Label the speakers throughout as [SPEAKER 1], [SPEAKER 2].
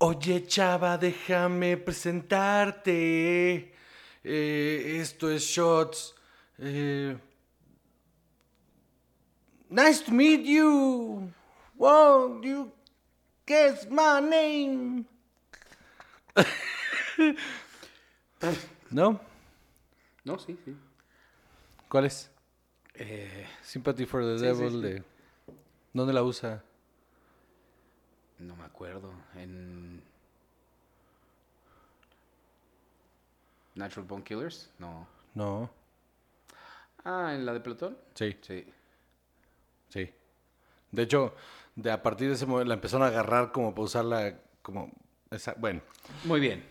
[SPEAKER 1] Oye, chava, déjame presentarte. Eh, esto es Shots. Eh, nice to meet you. Wow, you guess my name. ¿No?
[SPEAKER 2] No, sí, sí.
[SPEAKER 1] ¿Cuál es?
[SPEAKER 2] Eh,
[SPEAKER 1] Sympathy for the
[SPEAKER 2] Sí, sí,
[SPEAKER 1] Devil.
[SPEAKER 2] sí.
[SPEAKER 1] de- ¿Dónde la usa?
[SPEAKER 2] no me acuerdo. En. Natural Bone Killers? No.
[SPEAKER 1] No.
[SPEAKER 2] Ah, en la de Platón?
[SPEAKER 1] Sí.
[SPEAKER 2] Sí.
[SPEAKER 1] Sí. De hecho, de a partir de ese momento la empezaron a agarrar como para usarla como... esa- bueno.
[SPEAKER 2] Muy bien.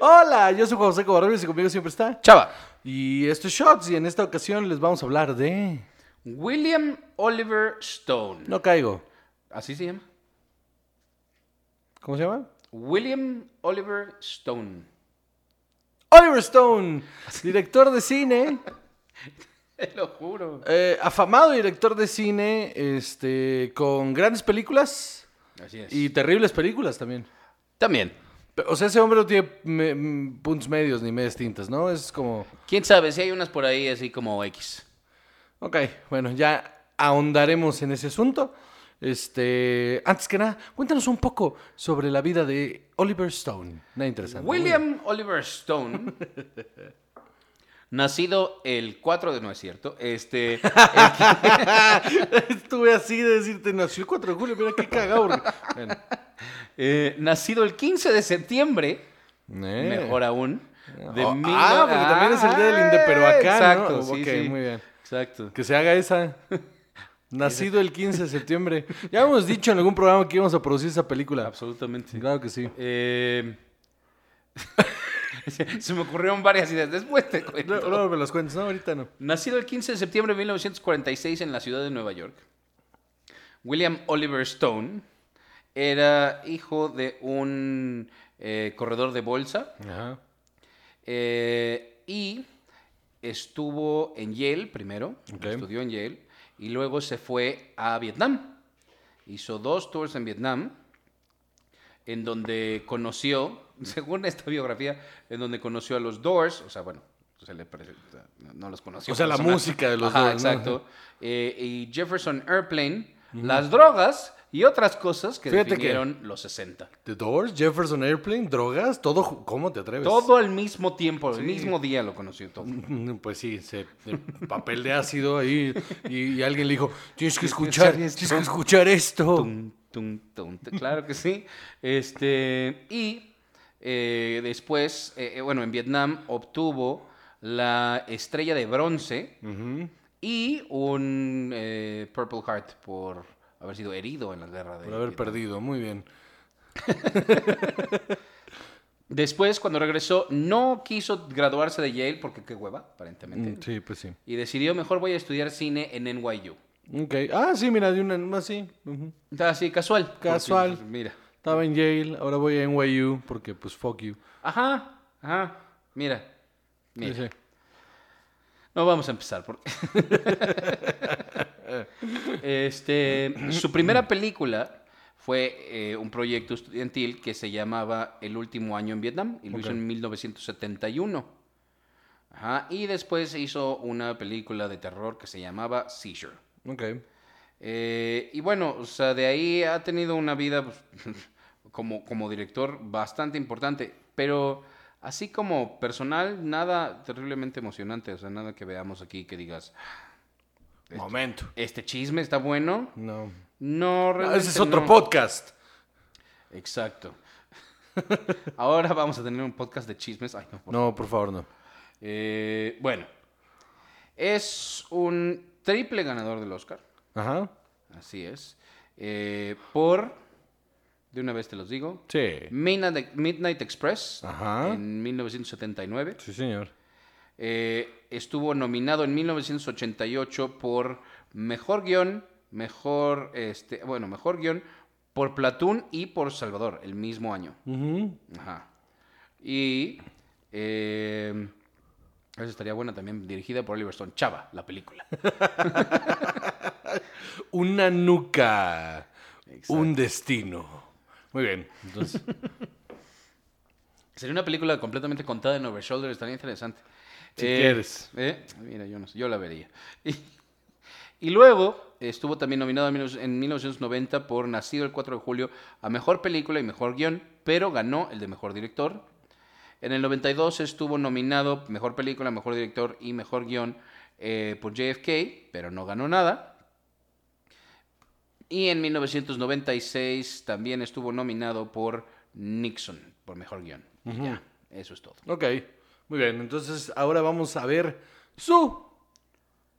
[SPEAKER 1] Hola, yo soy Juan José Covarrubias y conmigo siempre está.
[SPEAKER 2] Chava.
[SPEAKER 1] Y esto es Shots y en esta ocasión les vamos a hablar de...
[SPEAKER 2] William Oliver Stone.
[SPEAKER 1] No caigo.
[SPEAKER 2] Así se llama.
[SPEAKER 1] ¿Cómo se llama?
[SPEAKER 2] William Oliver Stone.
[SPEAKER 1] Oliver Stone, director de cine,
[SPEAKER 2] Te lo juro.
[SPEAKER 1] eh, afamado director de cine, este, con grandes películas
[SPEAKER 2] Así es.
[SPEAKER 1] y terribles películas también.
[SPEAKER 2] también.
[SPEAKER 1] Pe- O sea, ese hombre no tiene me- mm, puntos medios ni medias tintas, ¿no? Es como...
[SPEAKER 2] Quién sabe si hay unas por ahí así como X.
[SPEAKER 1] Ok, bueno, ya ahondaremos en ese asunto. Este, antes que nada, cuéntanos un poco sobre la vida de Oliver Stone. Nada interesante.
[SPEAKER 2] William Oliver Stone. Nacido el 4 de no es cierto. Este
[SPEAKER 1] Estuve así de decirte, nació el 4 de julio, mira qué cagado. porque- Bueno.
[SPEAKER 2] eh, nacido el 15 de septiembre,
[SPEAKER 1] Eh.
[SPEAKER 2] mejor aún, de
[SPEAKER 1] Oh,
[SPEAKER 2] mil-
[SPEAKER 1] ah, porque también es el día del Inde, pero acá, ¿no?
[SPEAKER 2] Exacto, sí,
[SPEAKER 1] Ok,
[SPEAKER 2] sí.
[SPEAKER 1] muy bien.
[SPEAKER 2] Exacto.
[SPEAKER 1] Que se haga esa. Nacido el 15 de septiembre. Ya hemos dicho en algún programa que íbamos a producir esa película.
[SPEAKER 2] Absolutamente.
[SPEAKER 1] Claro que sí.
[SPEAKER 2] Eh, se se me ocurrieron varias ideas. Después te cuento.
[SPEAKER 1] Luego luego me las cuentas, ¿no? Ahorita no.
[SPEAKER 2] Nacido el 15 de septiembre de 1946 en la ciudad de Nueva York, William Oliver Stone era hijo de un eh, corredor de bolsa
[SPEAKER 1] Ajá.
[SPEAKER 2] eh, y estuvo en Yale primero,
[SPEAKER 1] Ok.
[SPEAKER 2] estudió en Yale y luego se fue a Vietnam. Hizo dos tours en Vietnam en donde conoció, según esta biografía, en donde conoció a los Doors, o sea, bueno, se le prese- o sea, no- no los conoció.
[SPEAKER 1] O sea, la
[SPEAKER 2] personal.
[SPEAKER 1] música de los
[SPEAKER 2] Ajá,
[SPEAKER 1] Doors, ¿no?
[SPEAKER 2] Exacto. Eh, y Jefferson Airplane, las drogas y otras cosas que
[SPEAKER 1] Fíjate que-
[SPEAKER 2] definieron los 60.
[SPEAKER 1] The Doors, Jefferson Airplane, drogas, todo. ju- ¿Cómo te atreves?
[SPEAKER 2] Todo al mismo tiempo, el mismo día lo conoció todo.
[SPEAKER 1] Mm, Pues sí, se- de papel de ácido ahí. Y, y alguien le dijo: Tienes que escuchar,
[SPEAKER 2] esto.
[SPEAKER 1] tienes que escuchar esto.
[SPEAKER 2] Tum, tum, tum, tum. Claro que sí. Este, y eh, después, eh, eh, bueno, en Vietnam obtuvo la estrella de bronce
[SPEAKER 1] Ujú.
[SPEAKER 2] y un eh, Purple Heart por haber sido herido en la guerra de
[SPEAKER 1] Por haber
[SPEAKER 2] Vietnam.
[SPEAKER 1] perdido, muy bien.
[SPEAKER 2] Después, cuando regresó, no quiso graduarse de Yale porque qué hueva, aparentemente.
[SPEAKER 1] Mm, Sí, pues sí.
[SPEAKER 2] Y decidió mejor voy a estudiar cine en NYU.
[SPEAKER 1] Ok. Ah, sí, mira, de una más sí. ujú.
[SPEAKER 2] Así, casual. porque,
[SPEAKER 1] Casual.
[SPEAKER 2] pues, mira.
[SPEAKER 1] Estaba en Yale, ahora voy a NYU porque pues fuck you.
[SPEAKER 2] Ajá, ajá. Mira. Mira.
[SPEAKER 1] Sí, sí.
[SPEAKER 2] No vamos a empezar porque. este, su primera película fue eh, un proyecto estudiantil que se llamaba El último año en Vietnam y lo hizo
[SPEAKER 1] Ok.
[SPEAKER 2] en 1971. Ajá, y después hizo una película de terror que se llamaba Seizure.
[SPEAKER 1] Ok.
[SPEAKER 2] Eh, y bueno, o sea, de ahí ha tenido una vida pues, como, como director bastante importante, pero así como personal, nada terriblemente emocionante, o sea, nada que veamos aquí que digas,
[SPEAKER 1] Momento.
[SPEAKER 2] este chisme está bueno.
[SPEAKER 1] No.
[SPEAKER 2] No,
[SPEAKER 1] Ah,
[SPEAKER 2] realmente
[SPEAKER 1] ese es otro
[SPEAKER 2] no.
[SPEAKER 1] podcast.
[SPEAKER 2] Exacto. Ahora vamos a tener un podcast de chismes. Ay, no, por
[SPEAKER 1] No, por favor, no.
[SPEAKER 2] Eh, bueno, es un triple ganador del Oscar.
[SPEAKER 1] Ajá.
[SPEAKER 2] Así es. Eh, por, de una vez te los digo,
[SPEAKER 1] Sí.
[SPEAKER 2] Midnight, Midnight Express
[SPEAKER 1] Ajá.
[SPEAKER 2] en 1979.
[SPEAKER 1] Sí, señor.
[SPEAKER 2] Eh, estuvo nominado en 1988 por Mejor Guión, Mejor, este, bueno, Mejor Guión, por Platoon y por Salvador, el mismo año.
[SPEAKER 1] Ujú.
[SPEAKER 2] Ajá. Y, eh, esa estaría buena también, dirigida por Oliver Stone. Chava, la película.
[SPEAKER 1] Una nuca.
[SPEAKER 2] Exacto.
[SPEAKER 1] Un destino. Muy bien.
[SPEAKER 2] Entonces, sería una película completamente contada en Over Shoulder, estaría interesante.
[SPEAKER 1] Si quieres.
[SPEAKER 2] eh, mira, yo, no sé, yo la vería. Y, y luego estuvo también nominado en 19- en 1990 por Nacido el 4 de julio a Mejor Película y Mejor Guión, pero ganó el de Mejor Director. En el 92 estuvo nominado Mejor Película, Mejor Director y Mejor Guión eh, por JFK, pero no ganó nada. Y en 1996 también estuvo nominado por Nixon, por mejor guión. Y Ya, eso es todo.
[SPEAKER 1] Ok. Muy bien. Entonces, ahora vamos a ver su.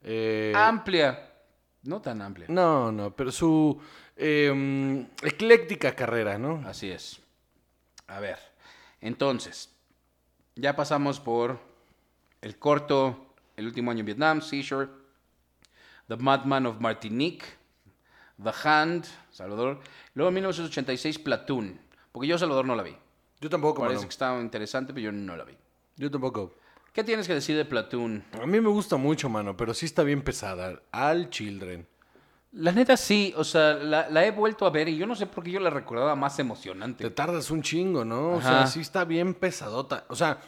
[SPEAKER 1] eh,
[SPEAKER 2] Ah. Amplia. No tan amplia.
[SPEAKER 1] no, no, pero su eh, ecléctica carrera, ¿no?
[SPEAKER 2] Así es. A ver. Entonces, ya pasamos por el corto, el último año en Vietnam, Seashore, The Madman of Martinique, The Hand, Salvador. Luego en 1986, Platoon. Porque yo Salvador no la vi.
[SPEAKER 1] Yo tampoco,
[SPEAKER 2] Parece
[SPEAKER 1] mano.
[SPEAKER 2] que estaba interesante, pero yo no la vi.
[SPEAKER 1] Yo tampoco.
[SPEAKER 2] ¿Qué tienes que decir de Platoon?
[SPEAKER 1] A mí me gusta mucho, mano, pero sí está bien pesada. Al Children.
[SPEAKER 2] La neta sí, o sea, la, la he vuelto a ver y yo no sé por qué yo la recordaba más
[SPEAKER 1] Te
[SPEAKER 2] emocionante.
[SPEAKER 1] tardas un chingo, ¿no? O sea,
[SPEAKER 2] Ajá.
[SPEAKER 1] sí está bien pesadota. O sea,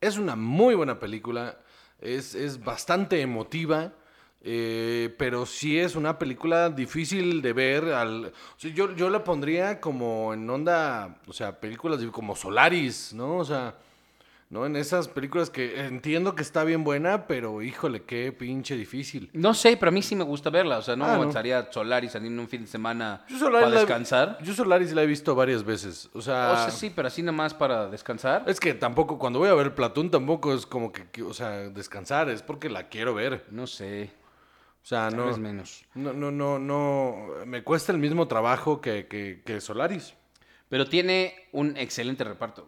[SPEAKER 1] es una muy buena película. Es, es bastante emotiva. eh, pero sí es una película difícil de ver. Al, o sea, yo, yo la pondría como en onda. O sea, películas de- como Solaris, ¿no? O sea. ¿No? En esas películas que entiendo que está bien buena, pero híjole, qué pinche difícil.
[SPEAKER 2] No sé, pero a mí sí me gusta verla, o sea, no
[SPEAKER 1] Ah,
[SPEAKER 2] me
[SPEAKER 1] no.
[SPEAKER 2] gustaría solar y salir en un fin de semana
[SPEAKER 1] Yo Solaris
[SPEAKER 2] para
[SPEAKER 1] la- Ah.
[SPEAKER 2] descansar.
[SPEAKER 1] yo Solaris la he visto varias veces. O sea,
[SPEAKER 2] O sea, sí, pero así nomás para descansar.
[SPEAKER 1] Es que tampoco, cuando voy a ver Platón, tampoco es como que, que, o sea, descansar, es porque la quiero ver.
[SPEAKER 2] No sé,
[SPEAKER 1] O sea,
[SPEAKER 2] tal
[SPEAKER 1] no.
[SPEAKER 2] vez menos.
[SPEAKER 1] No, no, no, no. Me cuesta el mismo trabajo que, que, que Solaris.
[SPEAKER 2] Pero tiene un excelente reparto.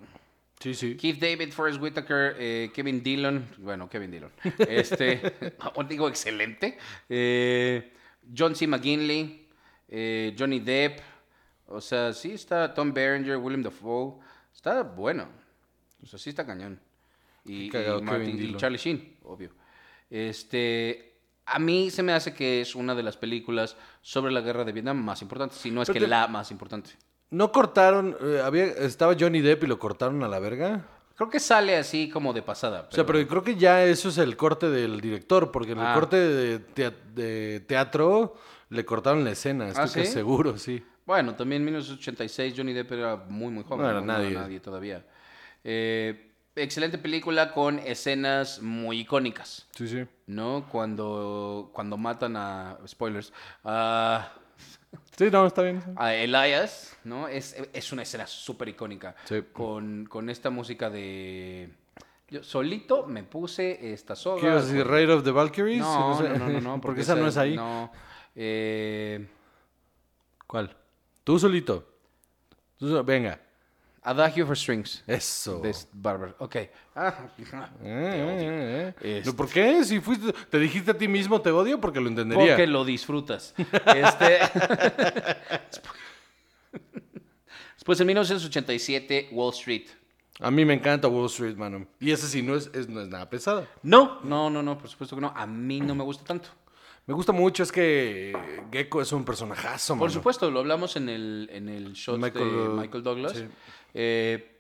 [SPEAKER 1] Sí, sí.
[SPEAKER 2] Keith David, Forrest Whitaker, eh, Kevin Dillon, bueno, Kevin Dillon, este, o digo excelente, eh, John C. McGinley, eh, Johnny Depp, o sea, sí está Tom Berenger, William Dafoe, está bueno, o sea, sí está cañón. Y,
[SPEAKER 1] Qué cagado,
[SPEAKER 2] y Martin-
[SPEAKER 1] Kevin
[SPEAKER 2] y
[SPEAKER 1] Dillon.
[SPEAKER 2] Charlie Sheen, obvio. Este, a mí se me hace que es una de las películas sobre la guerra de Vietnam más importantes, si no es
[SPEAKER 1] Pero
[SPEAKER 2] que
[SPEAKER 1] te-
[SPEAKER 2] la más importante.
[SPEAKER 1] No cortaron, eh, había, estaba Johnny Depp y lo cortaron a la verga.
[SPEAKER 2] Creo que sale así como de pasada.
[SPEAKER 1] O sea, pero creo que ya eso es el corte del director, porque en el
[SPEAKER 2] Ah.
[SPEAKER 1] corte de, tea- de teatro le cortaron la escena, estoy
[SPEAKER 2] ¿Ah,
[SPEAKER 1] casi
[SPEAKER 2] sí?
[SPEAKER 1] seguro, sí.
[SPEAKER 2] Bueno, también en 1986 Johnny Depp era muy, muy joven.
[SPEAKER 1] No era nadie.
[SPEAKER 2] todavía. Eh, excelente película con escenas muy icónicas,
[SPEAKER 1] Sí, sí.
[SPEAKER 2] ¿no? Cuando, cuando matan a... Spoilers. A,
[SPEAKER 1] Sí, no, está bien.
[SPEAKER 2] a Elias, ¿no? Es, es una escena súper icónica.
[SPEAKER 1] Sí.
[SPEAKER 2] Con, con esta música de... Yo solito me puse esta soga.
[SPEAKER 1] ¿Qué ibas a decir? ¿Raid of the Valkyries?
[SPEAKER 2] No,
[SPEAKER 1] sé.
[SPEAKER 2] no, no, no, no,
[SPEAKER 1] Porque esa no es ahí.
[SPEAKER 2] No. Eh,
[SPEAKER 1] ¿Cuál? Tú solito. Tú so- Venga.
[SPEAKER 2] Adagio for Strings.
[SPEAKER 1] Eso.
[SPEAKER 2] De Barber. Ok. Ah,
[SPEAKER 1] Eh, eh, eh, eh.
[SPEAKER 2] Este.
[SPEAKER 1] ¿No, ¿Por qué? Si fuiste, te dijiste a ti mismo te odio porque lo entendería.
[SPEAKER 2] Porque lo disfrutas. Este- Después, en 1987, Wall Street.
[SPEAKER 1] A mí me encanta Wall Street, mano. Y ese sí no es, es- no es nada pesado.
[SPEAKER 2] No, no, no, no, por supuesto que no. A mí no me gusta tanto.
[SPEAKER 1] Me gusta mucho, es que eh, Gecko es un personajazo,
[SPEAKER 2] Por
[SPEAKER 1] mano.
[SPEAKER 2] supuesto, lo hablamos en el, en el shot de
[SPEAKER 1] Michael-
[SPEAKER 2] Michael Douglas.
[SPEAKER 1] sí.
[SPEAKER 2] Eh,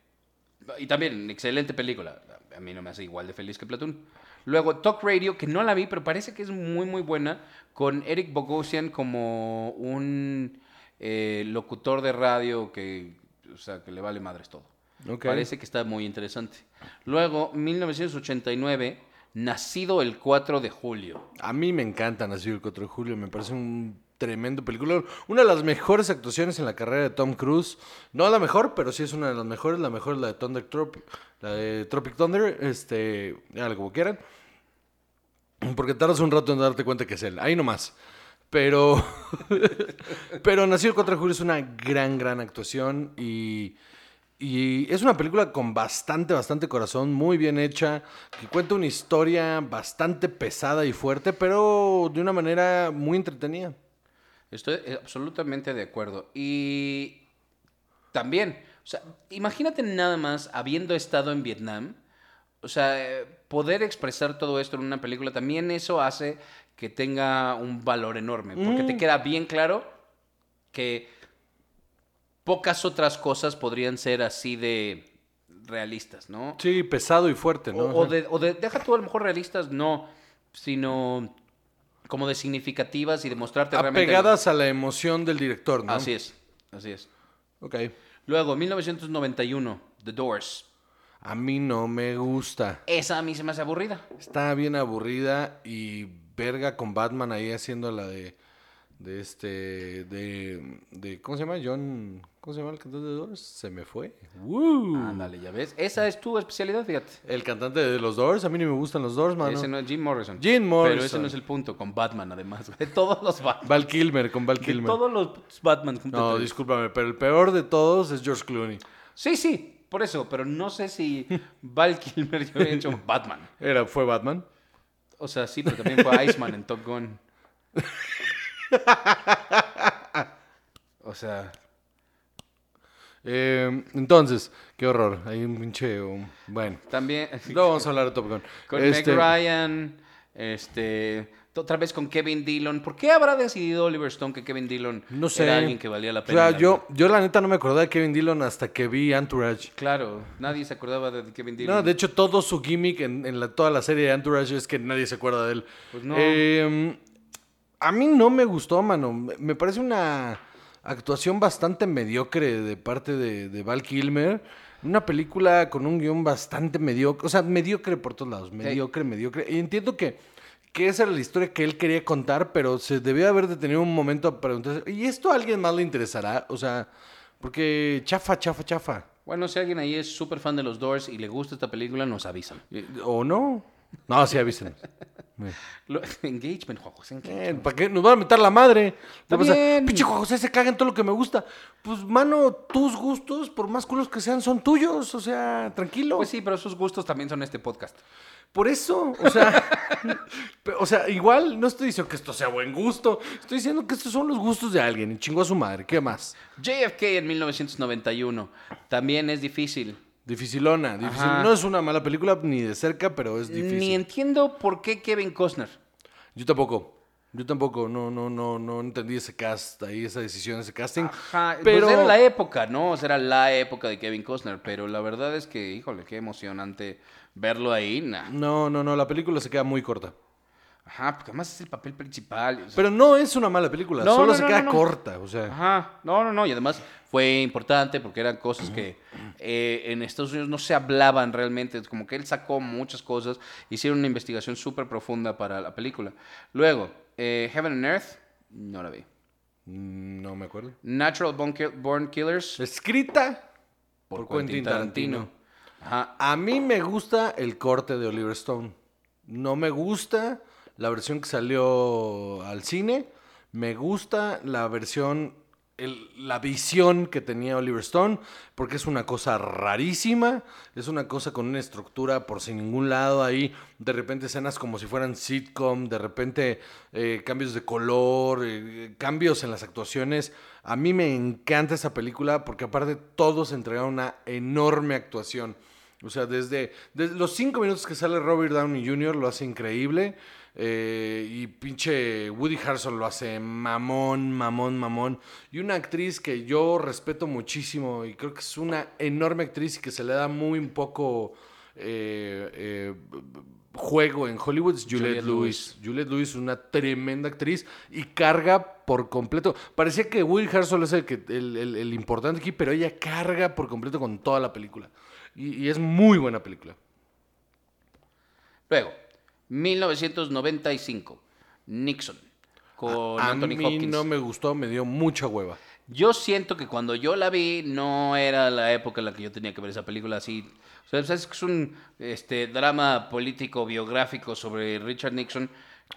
[SPEAKER 2] y también, excelente película. A mí no me hace igual de feliz que Platoon. Luego, Talk Radio, que no la vi, pero parece que es muy, muy buena, con Eric Bogosian como un eh, locutor de radio que, o sea, que le vale madres todo.
[SPEAKER 1] Ok.
[SPEAKER 2] Parece que está muy interesante. Luego, 1989, nacido el 4 de julio.
[SPEAKER 1] A mí me encanta Nacido el 4 de Julio, me parece un tremendo película. Una de las mejores actuaciones en la carrera de Tom Cruise. No la mejor, pero sí es una de las mejores. La mejor es la de Thunder Trop- la de Tropic Thunder, este, háganle como quieran. Porque tardas un rato en darte cuenta que es él, ahí nomás. Pero, pero Nacido el 4 de Julio es una gran, gran actuación y... Y es una película con bastante, bastante corazón, muy bien hecha, que cuenta una historia bastante pesada y fuerte, pero de una manera muy entretenida.
[SPEAKER 2] Estoy eh, absolutamente de acuerdo. Y también, o sea, imagínate nada más habiendo estado en Vietnam, o sea, eh, poder expresar todo esto en una película, también eso hace que
[SPEAKER 1] Mm.
[SPEAKER 2] tenga un valor enorme, porque te queda bien claro que pocas otras cosas podrían ser así de realistas, ¿no?
[SPEAKER 1] Sí, pesado y fuerte, ¿no?
[SPEAKER 2] O, o de, o de- deja tú a lo mejor realistas, no, sino como de significativas y de mostrarte este realmente.
[SPEAKER 1] Apegadas a la emoción del director, ¿no?
[SPEAKER 2] Así es, así es.
[SPEAKER 1] Ok.
[SPEAKER 2] Luego, 1991, The Doors.
[SPEAKER 1] A mí no me gusta.
[SPEAKER 2] Esa a mí se me hace aburrida.
[SPEAKER 1] Está bien aburrida y verga con Batman ahí haciendo la de. De este. De, de- ¿Cómo se llama? John. ¿Cómo se llama el cantante de Doors? Se me fue. ¡Woo!
[SPEAKER 2] Ándale, ya ves. Esa es tu especialidad, fíjate.
[SPEAKER 1] El cantante de los Doors. A mí no me gustan los Doors, mano.
[SPEAKER 2] Ese no es Jim Morrison.
[SPEAKER 1] Ah, Jim
[SPEAKER 2] Pero ese
[SPEAKER 1] Morrison.
[SPEAKER 2] no es el punto, con Batman además. De todos los Batman.
[SPEAKER 1] Val Kilmer con Val
[SPEAKER 2] De
[SPEAKER 1] Kilmer.
[SPEAKER 2] todos los Batman.
[SPEAKER 1] No, discúlpame, pero el peor de todos es George Clooney.
[SPEAKER 2] Sí, sí, por eso. Pero no sé si Val Kilmer yo he hecho Batman.
[SPEAKER 1] Era, fue Batman.
[SPEAKER 2] O sea, sí, pero también fue Iceman en Top Gun. O sea,
[SPEAKER 1] Eh, entonces, qué horror. Hay un pinche. um, Bueno,
[SPEAKER 2] también
[SPEAKER 1] luego vamos a hablar de Top Gun.
[SPEAKER 2] con
[SPEAKER 1] Este,
[SPEAKER 2] Meg Ryan, este, otra vez con Kevin Dillon. ¿Por qué habrá decidido Oliver Stone que Kevin Dillon
[SPEAKER 1] No sé.
[SPEAKER 2] era alguien que valía la
[SPEAKER 1] o
[SPEAKER 2] pena?
[SPEAKER 1] sea,
[SPEAKER 2] en la
[SPEAKER 1] yo,
[SPEAKER 2] vida?
[SPEAKER 1] yo la neta no me acordaba de Kevin Dillon hasta que vi Entourage.
[SPEAKER 2] Claro, nadie se acordaba de Kevin Dillon.
[SPEAKER 1] No, de hecho, todo su gimmick en, en la- toda la serie de Entourage es que nadie se acuerda de él.
[SPEAKER 2] Pues no.
[SPEAKER 1] Eh, a mí no me gustó, mano. Me me parece una actuación bastante mediocre de parte de, de Val Kilmer. Una película con un guión bastante mediocre. O sea, mediocre por todos lados. Mediocre, mediocre. Y entiendo que, que esa era la historia que él quería contar, pero se debió haber detenido un momento a preguntarse, ¿y esto a alguien más le interesará? O sea, porque chafa, chafa, chafa.
[SPEAKER 2] Bueno, si alguien ahí es súper fan de los Doors y le gusta esta película, nos avisan.
[SPEAKER 1] Eh, ¿O no? No, sí, avísenos.
[SPEAKER 2] Lo- engagement, Juan José, engagement.
[SPEAKER 1] Eh, ¿Para qué? Nos van a meter la madre. Le
[SPEAKER 2] Está
[SPEAKER 1] vas a-
[SPEAKER 2] bien.
[SPEAKER 1] Pinche Juan José se caga en todo lo que me gusta. Pues, mano, tus gustos, por más culos que sean, son tuyos. O sea, tranquilo.
[SPEAKER 2] Pues sí, pero sus gustos también son este podcast.
[SPEAKER 1] por eso, o sea, pe- o sea, igual no estoy diciendo que esto sea buen gusto. Estoy diciendo que estos son los gustos de alguien. Y chingó a su madre. ¿Qué más?
[SPEAKER 2] JFK en 1991. También es difícil.
[SPEAKER 1] Dificilona. Difícil.
[SPEAKER 2] Ajá.
[SPEAKER 1] No es una mala película ni de cerca, pero es difícil.
[SPEAKER 2] Ni entiendo por qué Kevin Costner.
[SPEAKER 1] Yo tampoco. Yo tampoco, no, no, no, no entendí ese cast ahí, esa decisión, ese casting.
[SPEAKER 2] Ajá,
[SPEAKER 1] pero
[SPEAKER 2] Pues era la época, ¿no? O sea, era la época de Kevin Costner. Pero la verdad es que, híjole, qué emocionante verlo ahí. nah.
[SPEAKER 1] No, no, no, la película se queda muy corta.
[SPEAKER 2] Ajá, porque además es el papel principal. o sea,
[SPEAKER 1] Pero no es una mala película,
[SPEAKER 2] No,
[SPEAKER 1] solo
[SPEAKER 2] no,
[SPEAKER 1] se
[SPEAKER 2] no,
[SPEAKER 1] queda
[SPEAKER 2] no, no.
[SPEAKER 1] corta, o sea.
[SPEAKER 2] Ajá, no, no, no, y además fue importante porque eran cosas que eh, en Estados Unidos no se hablaban realmente, es como que él sacó muchas cosas, hicieron una investigación súper profunda para la película. Luego, eh, Heaven and Earth, no la vi.
[SPEAKER 1] mm, No me acuerdo.
[SPEAKER 2] Natural Born, Kill- Born Killers,
[SPEAKER 1] Escrita
[SPEAKER 2] por, Quentin, Tarantino. Ajá,
[SPEAKER 1] A mí me gusta el corte de Oliver Stone. No me gusta la versión que salió al cine. Me gusta la versión, el- la visión que tenía Oliver Stone, porque es una cosa rarísima. Es una cosa con una estructura por sin ningún lado ahí. De repente escenas como si fueran sitcom, de repente eh, cambios de color, eh, cambios en las actuaciones. A mí me encanta esa película porque aparte todos entregaron una enorme actuación. O sea, desde, desde los cinco minutos que sale Robert Downey Jr. lo hace increíble. eh, y pinche Woody Harrelson lo hace mamón, mamón, mamón. Y una actriz que yo respeto muchísimo y creo que es una enorme actriz y que se le da muy poco eh, eh, b- b- juego en Hollywood es Juliette,
[SPEAKER 2] Juliette
[SPEAKER 1] Lewis. Juliette Lewis es una tremenda actriz y carga por completo. Parecía que Woody Harrelson es el, que, el, el- el importante aquí, pero ella carga por completo con toda la película. Y, y es muy buena película.
[SPEAKER 2] luego, 1995, Nixon, con
[SPEAKER 1] A
[SPEAKER 2] Anthony
[SPEAKER 1] mí
[SPEAKER 2] Hopkins.
[SPEAKER 1] no me gustó, me dio mucha hueva.
[SPEAKER 2] Yo siento que cuando yo la vi, no era la época en la que yo tenía que ver esa película así. O sea, ¿sabes? es un este, drama político biográfico sobre Richard Nixon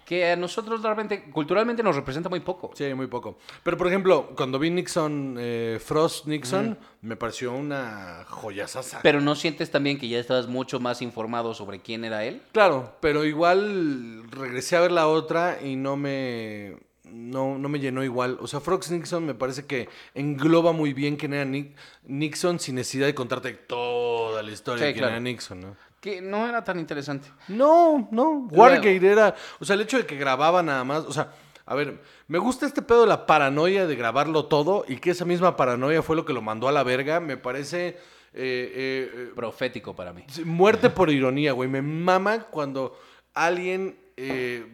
[SPEAKER 2] que a nosotros realmente, culturalmente, nos representa muy poco.
[SPEAKER 1] Sí, muy poco. Pero por ejemplo, cuando vi Nixon, eh, Frost Nixon, me pareció una joyasasa.
[SPEAKER 2] Pero no sientes también que ya estabas mucho más informado sobre quién era él.
[SPEAKER 1] Claro, pero igual regresé a ver la otra y no me. No, no me llenó igual. O sea, Frogs Nixon me parece que engloba muy bien quién era Ni- Nixon sin necesidad de contarte toda la historia
[SPEAKER 2] Sí,
[SPEAKER 1] de quién
[SPEAKER 2] claro.
[SPEAKER 1] era Nixon, ¿no?
[SPEAKER 2] Que no era tan interesante.
[SPEAKER 1] No, no. Watergate era. O sea, el hecho de que grababa nada más. O sea, A ver, me gusta este pedo de la paranoia de grabarlo todo y que esa misma paranoia fue lo que lo mandó a la verga. Me parece eh, eh, eh,
[SPEAKER 2] Profético para mí.
[SPEAKER 1] Sí, Muerte por ironía, güey. Me mama cuando alguien. eh,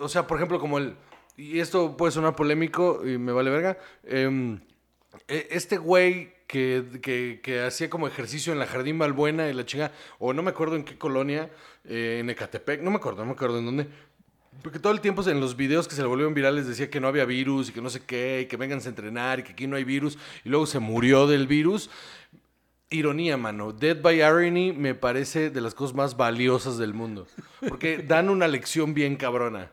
[SPEAKER 1] o sea, por ejemplo, como el. Y esto puede sonar polémico y me vale verga. em, e- este güey que, que- que hacía como ejercicio en la Jardín Balbuena y la chinga. O no me acuerdo en qué colonia. eh, en Ecatepec. No me acuerdo, no me acuerdo en dónde. Porque todo el tiempo en los videos que se le volvieron virales decía que no había virus y que no sé qué, y que vengan a entrenar y que aquí no hay virus. Y luego se murió del virus. Ironía, mano. Dead by Irony me parece de las cosas más valiosas del mundo. Porque dan una lección bien cabrona.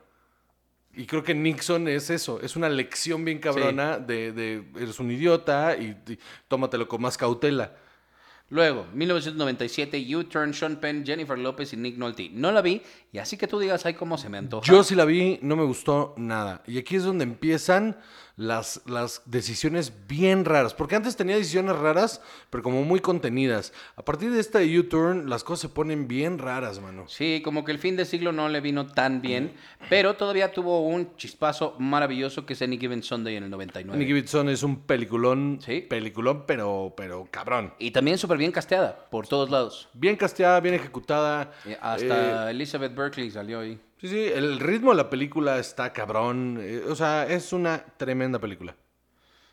[SPEAKER 1] Y creo que Nixon es eso. Es una lección bien cabrona de, de eres un idiota y, y tómatelo con más cautela.
[SPEAKER 2] Luego, 1997, U-Turn, Sean Penn, Jennifer López y Nick Nolte. No la vi, y así que tú digas, ay, cómo se me antoja.
[SPEAKER 1] Yo sí la vi, no me gustó nada. Y aquí es donde empiezan las, las decisiones bien raras. Porque antes tenía decisiones raras, pero como muy contenidas. A partir de esta de U-Turn, las cosas se ponen bien raras, mano.
[SPEAKER 2] Sí, como que el fin de siglo no le vino tan bien, pero todavía tuvo un chispazo maravilloso que es Any Given Sunday en el 99.
[SPEAKER 1] Nicky Bitson es un peliculón,
[SPEAKER 2] Sí.
[SPEAKER 1] peliculón, pero, pero cabrón.
[SPEAKER 2] Y también súper bien casteada, por todos lados.
[SPEAKER 1] Bien casteada, bien ejecutada.
[SPEAKER 2] Eh, Hasta Elizabeth Berkley salió ahí.
[SPEAKER 1] Sí, sí, el ritmo de la película está cabrón. Eh, O sea, es una tremenda película.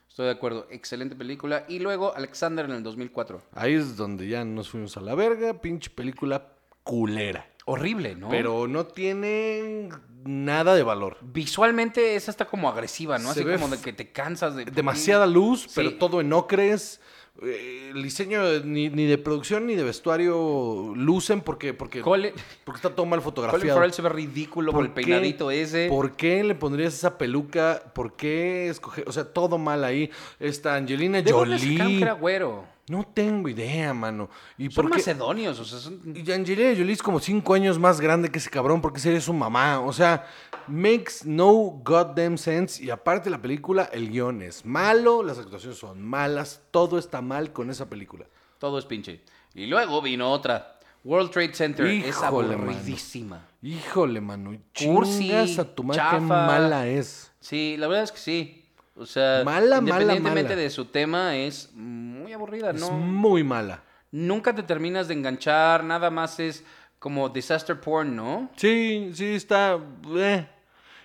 [SPEAKER 2] Estoy de acuerdo, excelente película. Y luego Alexander en el 2004.
[SPEAKER 1] Ahí es donde ya nos fuimos a la verga, pinche película culera.
[SPEAKER 2] Horrible, ¿no?
[SPEAKER 1] Pero no tiene nada de valor.
[SPEAKER 2] visualmente es hasta como agresiva, ¿no?
[SPEAKER 1] Se
[SPEAKER 2] Así
[SPEAKER 1] ve
[SPEAKER 2] como de
[SPEAKER 1] f-
[SPEAKER 2] que te cansas de...
[SPEAKER 1] Demasiada luz, pero
[SPEAKER 2] Sí.
[SPEAKER 1] todo en ocres. Eh, El diseño de- ni, ni de producción ni de vestuario lucen porque, porque,
[SPEAKER 2] Colin,
[SPEAKER 1] porque está todo mal fotografiado.
[SPEAKER 2] Colin Farrell se ve ridículo por, el
[SPEAKER 1] ¿Por qué?
[SPEAKER 2] peinadito ese.
[SPEAKER 1] ¿Por qué le pondrías esa peluca? ¿Por qué escoger? O sea, todo mal ahí. Esta Angelina
[SPEAKER 2] ¿De dónde sacaron que era
[SPEAKER 1] Jolie.
[SPEAKER 2] güero?
[SPEAKER 1] No tengo idea, mano. ¿Y
[SPEAKER 2] Son
[SPEAKER 1] por qué?
[SPEAKER 2] macedonios, o sea, son...
[SPEAKER 1] Y Angelina Jolie es como cinco años más grande que ese cabrón porque sería su mamá. O sea, makes no goddamn sense. Y aparte la película, el guión es malo, las actuaciones son malas, todo está mal con esa película.
[SPEAKER 2] Todo es pinche. Y luego vino otra. World Trade Center. es
[SPEAKER 1] Híjole, mano.
[SPEAKER 2] aburridísima.
[SPEAKER 1] Híjole, mano.
[SPEAKER 2] Cursi,
[SPEAKER 1] Chingas a tu madre, qué
[SPEAKER 2] chafa.
[SPEAKER 1] mala es.
[SPEAKER 2] Sí, la verdad es que sí. O sea,
[SPEAKER 1] Mala, mala,
[SPEAKER 2] independientemente
[SPEAKER 1] mala.
[SPEAKER 2] de su tema, es muy aburrida,
[SPEAKER 1] Es
[SPEAKER 2] ¿no?
[SPEAKER 1] muy mala.
[SPEAKER 2] Nunca te terminas de enganchar, nada más es como disaster porn, ¿no?
[SPEAKER 1] Sí, sí, está. eh.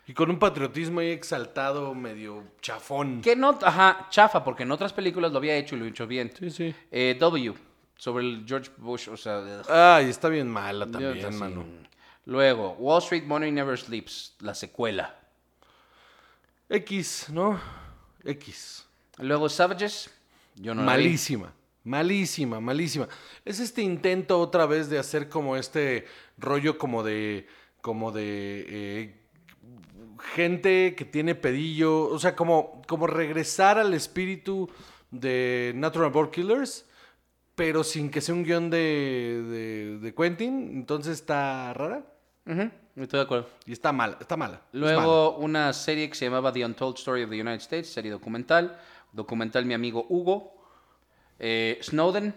[SPEAKER 1] Y con un patriotismo ahí exaltado, medio chafón.
[SPEAKER 2] Que no, ajá, chafa, porque en otras películas lo había hecho y lo he hecho bien.
[SPEAKER 1] Sí, sí.
[SPEAKER 2] Eh, w, sobre el George Bush, o sea... ugh.
[SPEAKER 1] Ay, está bien mala
[SPEAKER 2] Yo,
[SPEAKER 1] también,
[SPEAKER 2] así.
[SPEAKER 1] mano.
[SPEAKER 2] Luego, Wall Street Money Never Sleeps, la secuela.
[SPEAKER 1] X, ¿no? X.
[SPEAKER 2] Luego, Savages, yo no la vi.
[SPEAKER 1] malísima. Malísima, malísima. Es este intento otra vez de hacer como este rollo como de. como de. eh, gente que tiene pedillo. O sea, como, como regresar al espíritu de Natural Born Killers. Pero sin que sea un guión de, de, de Quentin. Entonces está rara.
[SPEAKER 2] Ujú, estoy de acuerdo.
[SPEAKER 1] Y está mala. Está mala. es mala.
[SPEAKER 2] Luego una serie que se llamaba The Untold Story of the United States, serie documental. Documental Mi Amigo Hugo, eh, Snowden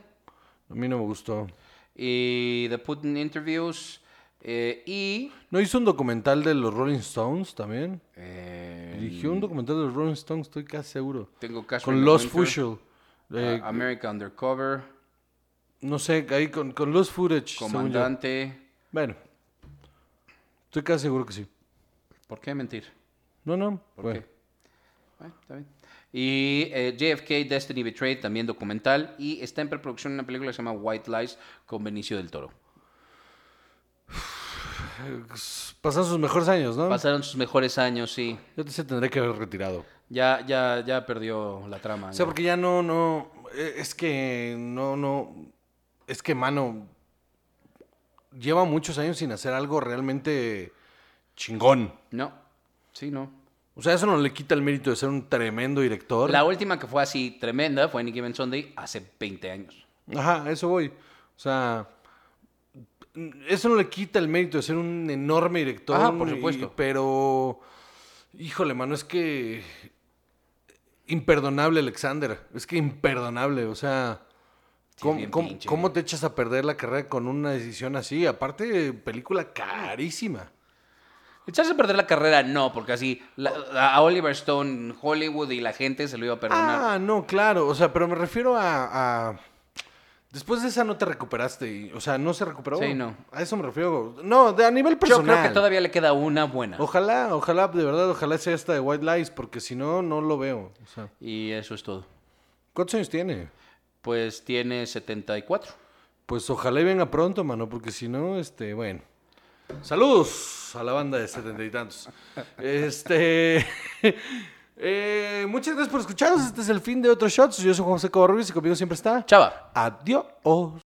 [SPEAKER 1] A mí no me gustó.
[SPEAKER 2] y The Putin Interviews eh, y...
[SPEAKER 1] ¿No hizo un documental de los Rolling Stones también?
[SPEAKER 2] eh,
[SPEAKER 1] Dirigió un documental de los Rolling Stones, estoy casi seguro.
[SPEAKER 2] tengo Cash
[SPEAKER 1] Con
[SPEAKER 2] in the
[SPEAKER 1] Los
[SPEAKER 2] Winter,
[SPEAKER 1] Fushel.
[SPEAKER 2] eh, America Undercover,
[SPEAKER 1] no sé, ahí con, con Los Footage. según yo.
[SPEAKER 2] Comandante...
[SPEAKER 1] Bueno, estoy casi seguro que sí.
[SPEAKER 2] ¿Por qué mentir?
[SPEAKER 1] No, no.
[SPEAKER 2] ¿Por
[SPEAKER 1] bueno.
[SPEAKER 2] qué? Bueno, está bien. Y eh, JFK, Destiny Betrayed, también documental. Y está en preproducción una película que se llama White Lies con Benicio del Toro.
[SPEAKER 1] Pasan sus mejores años, ¿no?
[SPEAKER 2] Pasaron sus mejores años, sí.
[SPEAKER 1] Yo se tendré que haber retirado.
[SPEAKER 2] Ya, ya, ya perdió la trama.
[SPEAKER 1] O sea,
[SPEAKER 2] Ah, ya.
[SPEAKER 1] porque ya no, no. eh, Es que no, no. Es que, mano. Lleva muchos años sin hacer algo realmente chingón.
[SPEAKER 2] No, sí, no.
[SPEAKER 1] O sea, eso no le quita el mérito de ser un tremendo director.
[SPEAKER 2] La última que fue así tremenda fue Any Given Sunday hace 20 años.
[SPEAKER 1] Ajá, a eso voy. O sea, eso no le quita el mérito de ser un enorme director.
[SPEAKER 2] Ajá, por
[SPEAKER 1] y-
[SPEAKER 2] supuesto.
[SPEAKER 1] pero, híjole, mano, es que imperdonable Alexander. Es que imperdonable. O sea,
[SPEAKER 2] es
[SPEAKER 1] ¿cómo,
[SPEAKER 2] bien
[SPEAKER 1] cómo-
[SPEAKER 2] pinche.
[SPEAKER 1] cómo te echas a perder la carrera con una decisión así? Aparte, película carísima.
[SPEAKER 2] Echarse a perder la carrera, no, porque así la- a Oliver Stone, Hollywood y la gente se lo iba a perdonar.
[SPEAKER 1] Ah, no, claro. O sea, pero me refiero a. a- Después de esa no te recuperaste. y- o sea, no se recuperó.
[SPEAKER 2] Sí, no.
[SPEAKER 1] A eso me refiero. No, de, a nivel
[SPEAKER 2] Yo
[SPEAKER 1] personal.
[SPEAKER 2] creo que todavía le queda una buena.
[SPEAKER 1] Ojalá, ojalá, de verdad, ojalá sea esta de White Lies, porque si no, no lo veo. O sea,
[SPEAKER 2] Y eso es todo.
[SPEAKER 1] ¿Cuántos años tiene?
[SPEAKER 2] Pues tiene 74.
[SPEAKER 1] Pues ojalá y venga pronto, mano, porque si no, este, bueno. Saludos a la banda de setenta y tantos. Este. eh, muchas gracias por escucharnos. Este es el fin de otro Shots. Yo soy José Covarrubias y conmigo siempre está.
[SPEAKER 2] Chava.
[SPEAKER 1] Adiós.